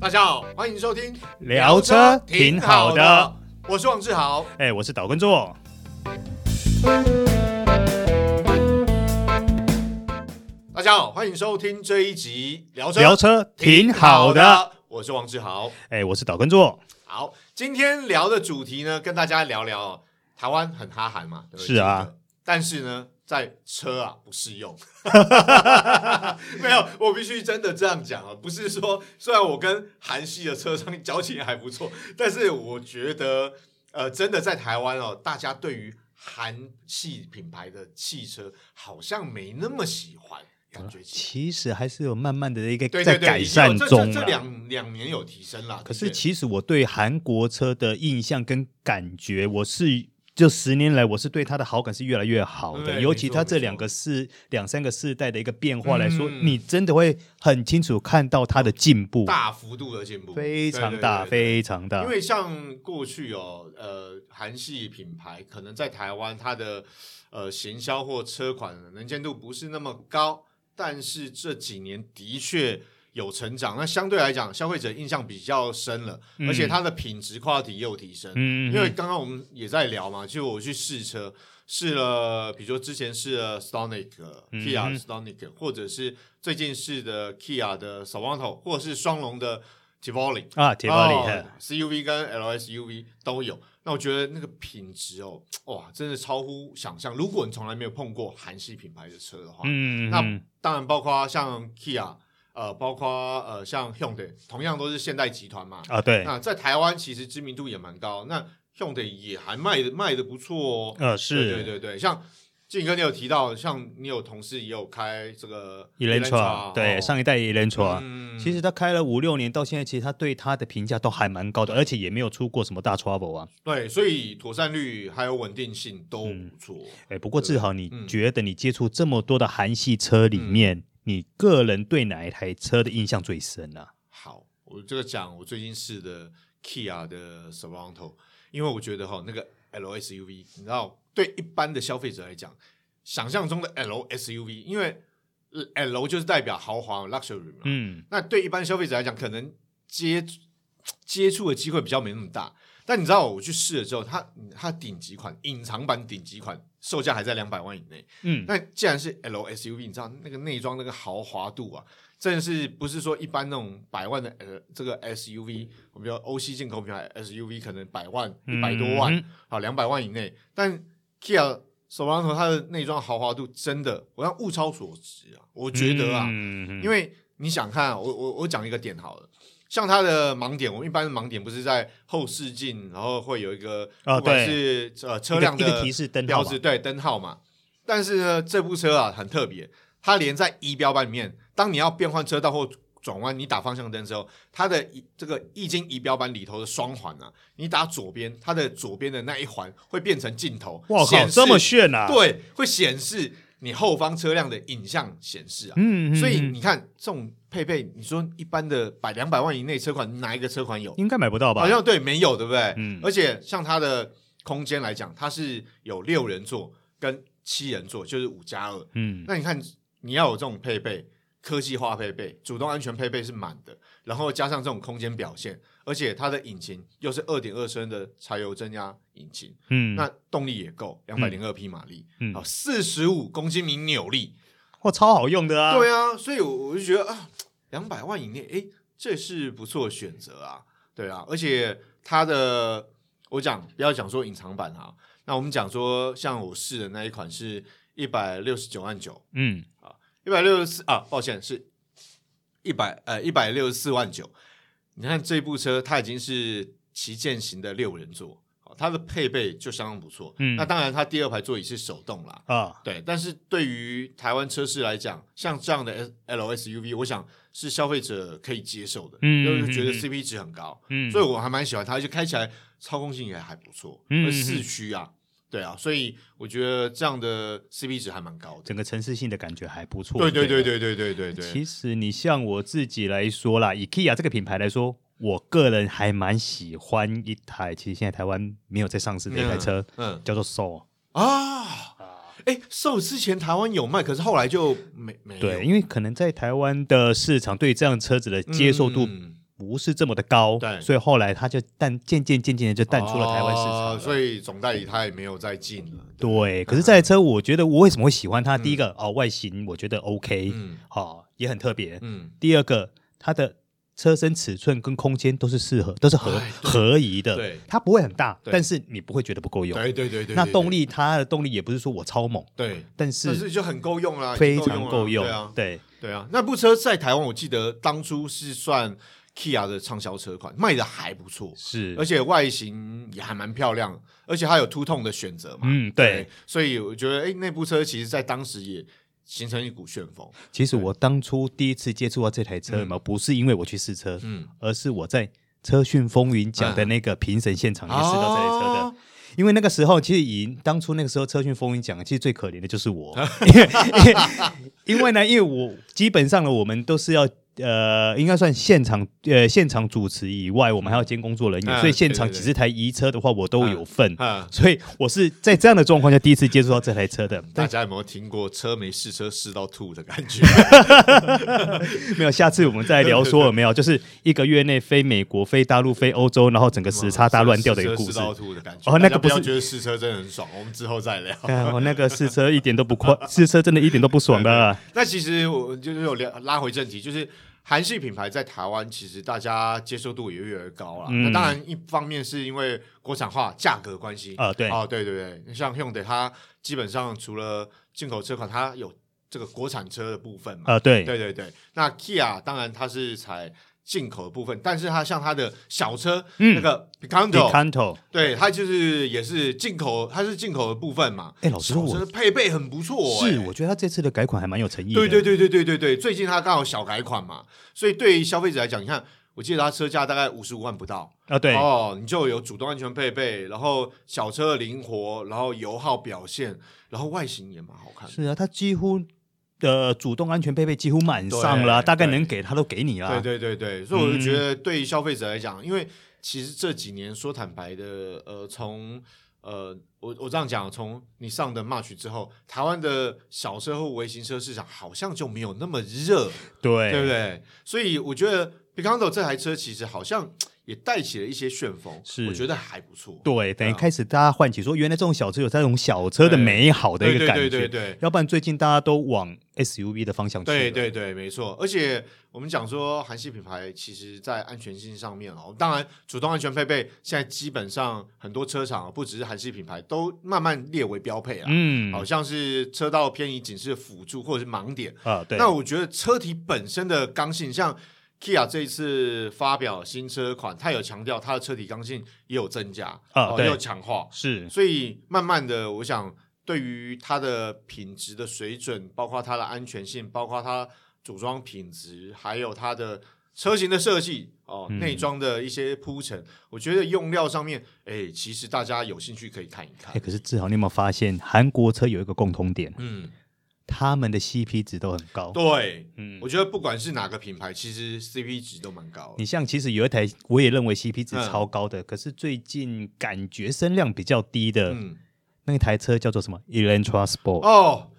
大家好，欢迎收听聊车挺好的，，我是王志豪。哎、我是岛根座。大家好，欢迎收听这一集聊车聊车挺好的，，我是王志豪。哎、我是岛根座。好，今天聊的主题呢，跟大家聊聊哦台湾很哈韩嘛，对不对是啊，但是呢，在车啊不适用。 没有，我必须真的这样讲啊，不是说虽然我跟韩系的车商交情还不错，但是我觉得呃，真的在台湾哦，大家对于韩系品牌的汽车好像没那么喜欢，感觉起来。其实还是有慢慢的一个对在对对，改善中啊有这这这啦。两两年有提升啦。可的是确其实我对韩国车的印象跟感觉，我是这十年来我是对它的好感是越来越好的，对尤没其错它没这错两个世两三个世代的一个变化来说，嗯你真的会很清楚看到它的进步，大幅度的进步，非常对大，。对对对非常大因。为像过去哦，呃，韩系品牌可能在台湾它的呃行销或车款的能见度不是那么高，但是这几年的确有成长。那相对来讲，消费者印象比较深了，嗯而且它的品质、跨体也有提升。嗯，因为刚刚我们也在聊嘛，就我去试车，试了，比如说之前试了 Stonic、嗯 Kia Stonic，或者是最近试的 Kia 的 Savanto，或者是双龙的 Tivoli，啊，铁巴里、哦嘿 CUV 跟 LSUV 都有。那我觉得那个品质哦，哇，真的超乎想象。如果你从来没有碰过韩系品牌的车的话，嗯，那嗯当然包括像 Kia，呃，包括呃像 Hyundai，同样都是现代集团嘛，啊，对，那在台湾其实知名度也蛮高，那 Hyundai 也还卖的卖的不错哦。呃，是，对对对对，像静哥你有提到，像你有同事也有开这个 e l e n t r a 对，上一代 e l e n t r a 哦嗯其实他开了五六年，到现在其实他对他的评价都还蛮高的，而且也没有出过什么大 trouble 啊。对，所以妥善率还有稳定性都不错。哎，不过对志豪，你嗯觉得你接触这么多的韩系车里面，你个人对哪一台车的印象最深啊？好，我这个讲我最近试的 Kia 的 Sorento，因为我觉得哈那个 LSUV，你知道对一般的消费者来讲，想象中的 LSUV，因为 L 就是代表豪华 luxury 嘛，嗯，那对一般消费者来讲，可能接接触的机会比较没那么大。但你知道，我去试了之后，它它顶级款、隐藏版顶级款，售价还在两百万以内。嗯那既然是 L SUV，你知道那个内装那个豪华度啊，真的是不是说一般那种百万的呃这个 SUV，我们叫欧系进口品牌 SUV，可能百万、一百多万，嗯好两百万以内。但 Kia Sorento 它的内装豪华度真的，我要物超所值啊！我觉得啊，嗯因为你想看啊，我我我讲一个点好了，像它的盲点，我们一般的盲点不是在后视镜，然后会有一个啊不管对是呃一车个辆一个的提示灯号标嘛志，对灯号嘛。但是呢，这部车啊很特别，它连在仪表板里面，当你要变换车道或转弯，你打方向灯之后，它的仪这个液晶仪表板里头的双环啊，你打左边，它的左边的那一环会变成镜头，哇靠，显示这么炫啊！，对，会显示你后方车辆的影像显示啊。嗯，嗯所以嗯你看这种配备，你说一般的百两百万以内车款，哪一个车款有？应该买不到吧？好像对没有，对不对？嗯而且像它的空间来讲，它是有六人座跟七人座，就是五加二。嗯，那你看你要有这种配备，科技化配备、主动安全配备是满的，然后加上这种空间表现，而且它的引擎又是二点二升的柴油增压引擎，嗯嗯，那动力也够，两百零二匹马力，嗯好四十五公斤米扭力，哇，超好用的啊！对啊，所以我我就觉得啊，两百万以内，诶，这是不错的选择啊，对啊，而且它的我讲不要讲说隐藏版啊，那我们讲说像我试的那一款是一百六十九万九，嗯，一百六十四啊，抱歉是一百呃一百六十四万九，你看这部车它已经是旗舰型的六人座，好它的配备就相当不错，嗯那当然它第二排座椅是手动啦，啊，对，但是对于台湾车市来讲，像这样的 L S U V，我想是消费者可以接受的，嗯就是觉得嗯嗯 C P 值很高，嗯，所以我还蛮喜欢它，而且开起来操控性也还不错，嗯而市区啊，对啊，所以我觉得这样的 C P 值还蛮高的。整个城市性的感觉还不错。对对啊对对对对对对，其实你像我自己来说啦，以 Kia 这个品牌来说，我个人还蛮喜欢一台，其实现在台湾没有在上市的一台车，嗯叫做 Soul。啊，哎，瘦之前台湾有卖，可是后来就没没有对，因为可能在台湾的市场对这样车子的接受度嗯不是这么的高，对所以后来它就淡渐渐渐渐的就淡出了台湾市场哦了。所以嗯总代理他也没有再进了。对，可是这台车，我觉得我为什么会喜欢它？第一个哦，外形我觉得 OK，嗯好、也很特别。嗯，第二个，它的车身尺寸跟空间都是适合，都是合哎对合宜的对。它不会很大，对但是你不会觉得不够用。对对对对。那对动力，它的动力也不是说我超猛，对，但但是是就很够用啦，已非经常够用了对啊。，对对啊，那部车在台湾，我记得当初是算 Kia 的畅销车款，卖的还不错，是而，且外形也还蛮漂亮，而且它有凸痛的选择嘛。嗯，对。，所以我觉得，哎、那部车其实在当时也形成一股旋风。其实我当初第一次接触到这台车嘛，不是因为我去试车，嗯，而是我在。车讯风云奖的那个评审现 场也试到这台车的，哦因为那个时候其实以当初那个时候车讯风云奖，其实最可怜的就是 我，因为因为因为呢，因为我基本上呢，我们都是要呃，应该算现场呃现场主持以外，我们还要兼工作人员，嗯所以现场对对对几十台移车的话，我都有份，嗯，所以我是在这样的状况下第一次接触到这台车 的。大家有没有听过车没试车试到吐的感 觉？没有，下次我们再聊说有没有，就是一个月内飞美国、飞大陆、飞欧洲，然后整个 时差大乱掉的一个故试 事车试。到吐的感觉。哦那大家个不不是要觉得试车真的很爽，我们之后再聊。看哦我那个试车一点都不 快，试车真的一点都不爽的啊。那其实我就是有聊拉回正题，就是韩系品牌在台湾其实大家接受度也越来越高了。嗯那当然一方面是因为国产化价格关系啊对哦对对对，像 Hyundai 它基本上除了进口车款，它有这个国产车的部分嘛。啊，对，对对对，那 Kia 当然它是采进口的部分，但是它像它的小车、嗯那个迪 Picanto， Canto，对它就是也是进口，它是进口的部分嘛。哎老实说我小车配备很不错、哎是我觉得他这次的改款还蛮有诚意的。对对对对对对对，最近它刚好小改款嘛，所以对于消费者来讲，你看，我记得它车价大概五十五万不到，啊，对，哦，你就有主动安全配备，然后小车的灵活，然后油耗表现，然后外形也蛮好看的。是啊，他几乎呃主动安全配备几乎满上了啊，对大概对能给他都给你了对啊。嗯对对对，所以我就觉得对于消费者来讲，因为其实这几年说坦白的，呃，从呃，我我这样讲，从你上的 March 之后，台湾的小车或微型车市场好像就没有那么热。对对不对？所以我觉得 Picanto 这台车其实好像也带起了一些旋风，是我觉得还不错。对，等于啊开始大家唤起说，原来这种小车有这种小车的对美好的一个感对对对觉。对要不然最近大家都往 SUV 的方向去了。对对对，没错。而且我们讲说韩系品牌，其实在安全性上面哦，当然主动安全配备现在基本上很多车厂不只是韩系品牌都慢慢列为标配了。啊嗯，好像是车道偏移警示辅助或者是盲点，啊，对，那我觉得车体本身的刚性，像 Kia 这一次发表新车款，它有强调它的车体刚性也有增加，啊哦对也有强化，是所以慢慢的，我想对于它的品质的水准，包括它的安全性，包括它组装品质，还有它的车型的设计哦，嗯内装的一些铺陈，我觉得用料上面，哎，其实大家有兴趣可以看一看哎、。可是志豪，你有没有发现韩国车有一个共通点，嗯，他们的 CP 值都很高。对，嗯，我觉得不管是哪个品牌，其实 CP 值都蛮高的。你像其实有一台，我也认为 CP 值嗯超高的，可是最近感觉声量比较低的、嗯，那一台车叫做什么 Elantra Sport，、哦，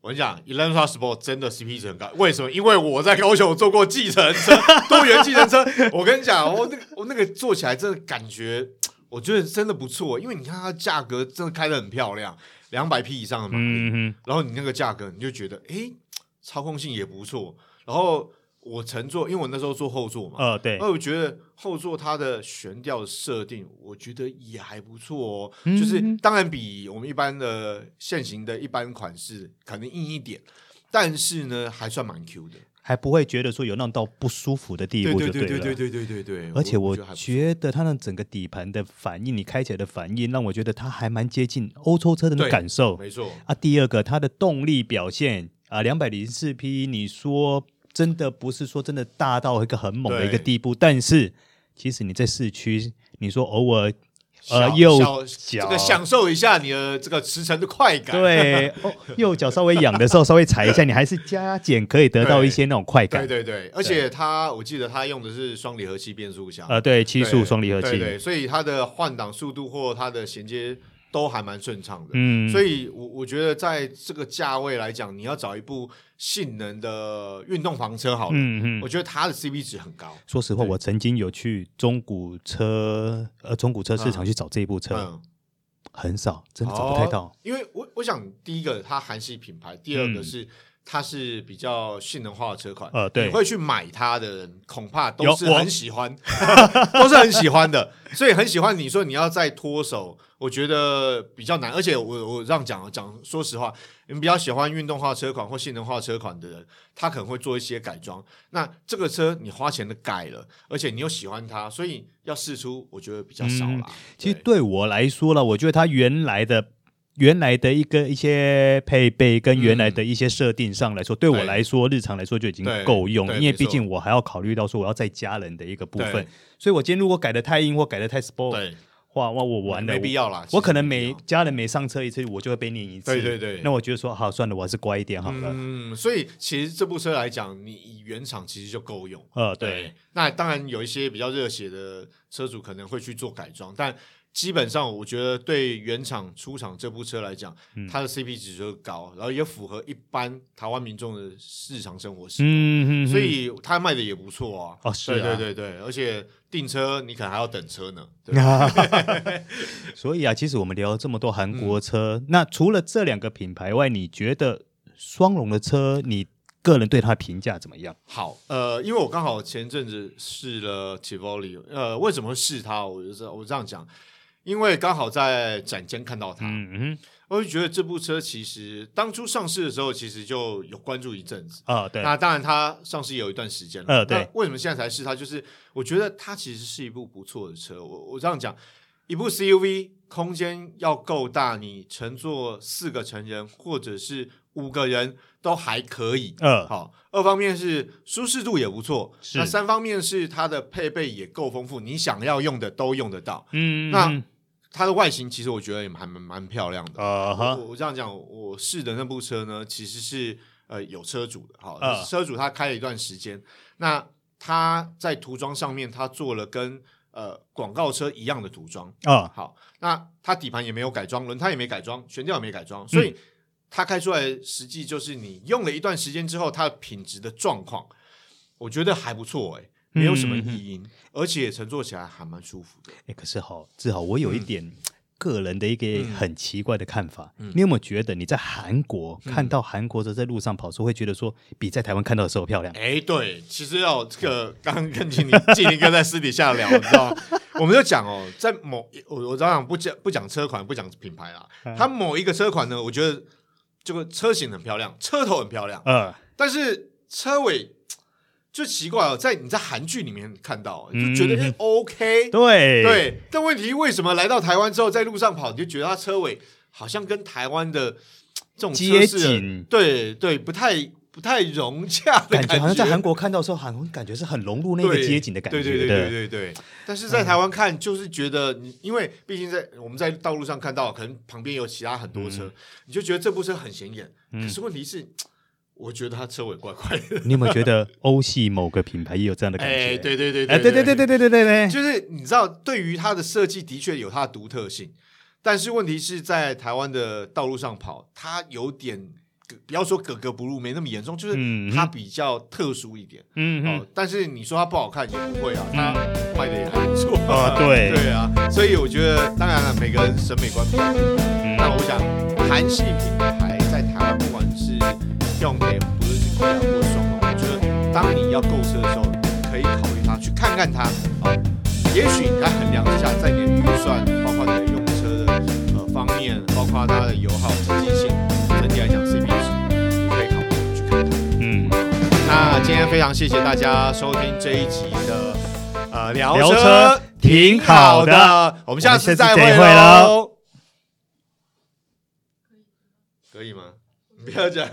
我跟你讲 e l e n t r a Sport 真的 CP 值很高，为什么？因为我在高雄坐过计程车， 多元计程车。我跟你讲，我那个我那个坐起来真的感觉，我觉得真的不错，因为你看它价格真的开的很漂亮，两百匹以上的马力，嗯然后你那个价格你就觉得，诶，操控性也不错。然后我乘坐，因为我那时候坐后座嘛哼，，呃，对那，我觉得后座它的悬吊设定，我觉得也还不错哦。嗯就是当然比我们一般的现行的一般款式可能硬一点，但是呢还算蛮 Q 的。还不会觉得说有那种到不舒服的地对步就对对了。对对对对对对。而且我觉得还不错觉得它的整个底盘的反应，你开起来的反应，让我觉得它还蛮接近欧洲车的那种对感受。没错，啊，第二个它的动力表现啊，两百零四匹，你说真的不是说真的大到一个很猛的一个对地步，但是其实你在市区，你说偶尔呃小右小脚这个享受一下你的这个驰骋的快感。对、哦、右脚稍微痒的时候稍微踩一下，你还是加减可以得到一些那种快对感。对对，而且它我记得它用的是双离合器变速箱。呃，对，七速对双离合器，对对，所以它的换挡速度或它的衔接都还蛮顺畅的。嗯，所以以我，我觉得在这个价位来讲，你要找一部性能的运动房车好了，嗯嗯，我觉得它的 CP 值很高。说实话，对我曾经有去中古车呃中古车市场去找这一部车，嗯，很少，真的找不太到。哦因为我我想，第一个它韩系品牌，第二个嗯是、它是比较性能化的车款。呃对你会去买它的人，恐怕都有是我很喜欢， 都是很喜欢的，所以很喜欢。你说你要再脱手，我觉得比较难。而且我我这样讲啊讲，说实话，你比较喜欢运动化车款或性能化车款的人，他可能会做一些改装。那这个车你花钱的改了，而且你又喜欢它，所以要试出，我觉得比较少啦。嗯其实对对我来说了，我觉得它原来的原来的一个一些配备跟原来的一些设定上来说，对我来说日常来说就已经对够用了，对因为没毕竟我还要考虑到说我要在家人的一个部分对，所以我今天如果改的太硬或改的太 sport，对，哇哇我玩了没必。要啦。我可能其实没必每要家人每上车一次，我就会被念一次。对对对那我觉得说好算了，我还是乖一点好了。嗯，所以其实这部车来讲，你以原厂其实就够用。呃，对，，那当然有一些比较热血的车主可能会去做改装，但基本上我觉得对原厂出厂这部车来讲，嗯它的 CP 值就高，然后也符合一般台湾民众的日常生活习惯。嗯，嗯嗯所以它卖的也不错啊，哦是啊对对对对，而且订车你可能还要等车呢，对 所以啊，其实我们聊了这么多韩国车，嗯那除了这两个品牌外，你觉得双龙的车，你个人对它的评价怎么样？好，呃，因为我刚好前阵子试了 Tivoli，呃，为什么会试它？我就是我这样讲，因为刚好在展间看到它，嗯嗯我就觉得这部车其实当初上市的时候，其实就有关注一阵子。啊，对，那当然，它上市也有一段时间了。呃对那为什么现在才试它？就是我觉得它其实是一部不错的车。我我这样讲，一部 CUV 空间要够大，你乘坐四个成人或者是五个人都还可以。呃，好，二方面是舒适度也不错，是那三方面是它的配备也够丰富，你想要用的都用得到。嗯，那嗯它的外形其实我觉得也还蛮蛮漂亮的。呃哈我，我这样讲，我试的那部车呢，其实是呃有车主的，好，呃车主他开了一段时间，那他在涂装上面他做了跟呃广告车一样的涂装，啊，好，那它底盘也没有改装，轮胎也没改装，悬吊也没改装，所以它开出来的实际就是你用了一段时间之后，它的品质的状况，我觉得还不错诶、没有什么异音，而且乘坐起来还蛮舒服的。哎，可是好，志豪，我有一点。个人的一个很奇怪的看法，嗯你有没有觉得你在韩国看到韩国车在路上跑车，会觉得说比在台湾看到的时候漂亮？哎，对，其实要这个刚刚跟静宁静宁哥在私底下聊，你知道吗，我们就讲哦，在某一我我这样不讲不讲车款，不讲品牌啦，它某一个车款呢，我觉得这个车型很漂亮，车头很漂亮，呃，但是车尾就奇怪哦，在你在韩剧里面看到，就嗯觉得哎 OK，、 对，对，但问题为什么来到台湾之后，在路上跑，你就觉得它车尾好像跟台湾的这种接车是近对对，不太不太融洽的感感觉好像在韩国看到的时候，韩国感觉是很融入那个对街景的感觉对对的对对对对。但是在台湾看，就是觉得你，因为毕竟在我们在道路上看到，可能旁边有其他很多车，嗯你就觉得这部车很显眼。可是问题是，我觉得它车尾怪怪的。你有没有觉 得欧系某个品牌也有这样的感觉？哎，对对对哎，对对对对对对对对，就是你知道，对于它的设计的确有它的独特性，但是问题是在台湾的道路上跑，它有点不要说格格不入，没那么严重，就是嗯哼它比较特殊一点。嗯哦嗯，，但是你说它不好看也不会啊，它卖的也还不错啊对 对啊，所以我觉得，当然了，每个人审美观不一样。嗯那我想，韩系品牌在台湾，不管是用给不是去养或爽龙，我觉得当你要购车的时候，可以考虑它，去看看它啊。也许你在衡量之下，在你的预算，包括你的用车的呃方面，包括它的油耗、经济性，整体来讲 CP 值，可以考虑去看看。嗯，那今天非常谢谢大家收听这一集的呃聊聊车挺好的的，我们下次再会我们下次再会喽。可以吗？你不要讲。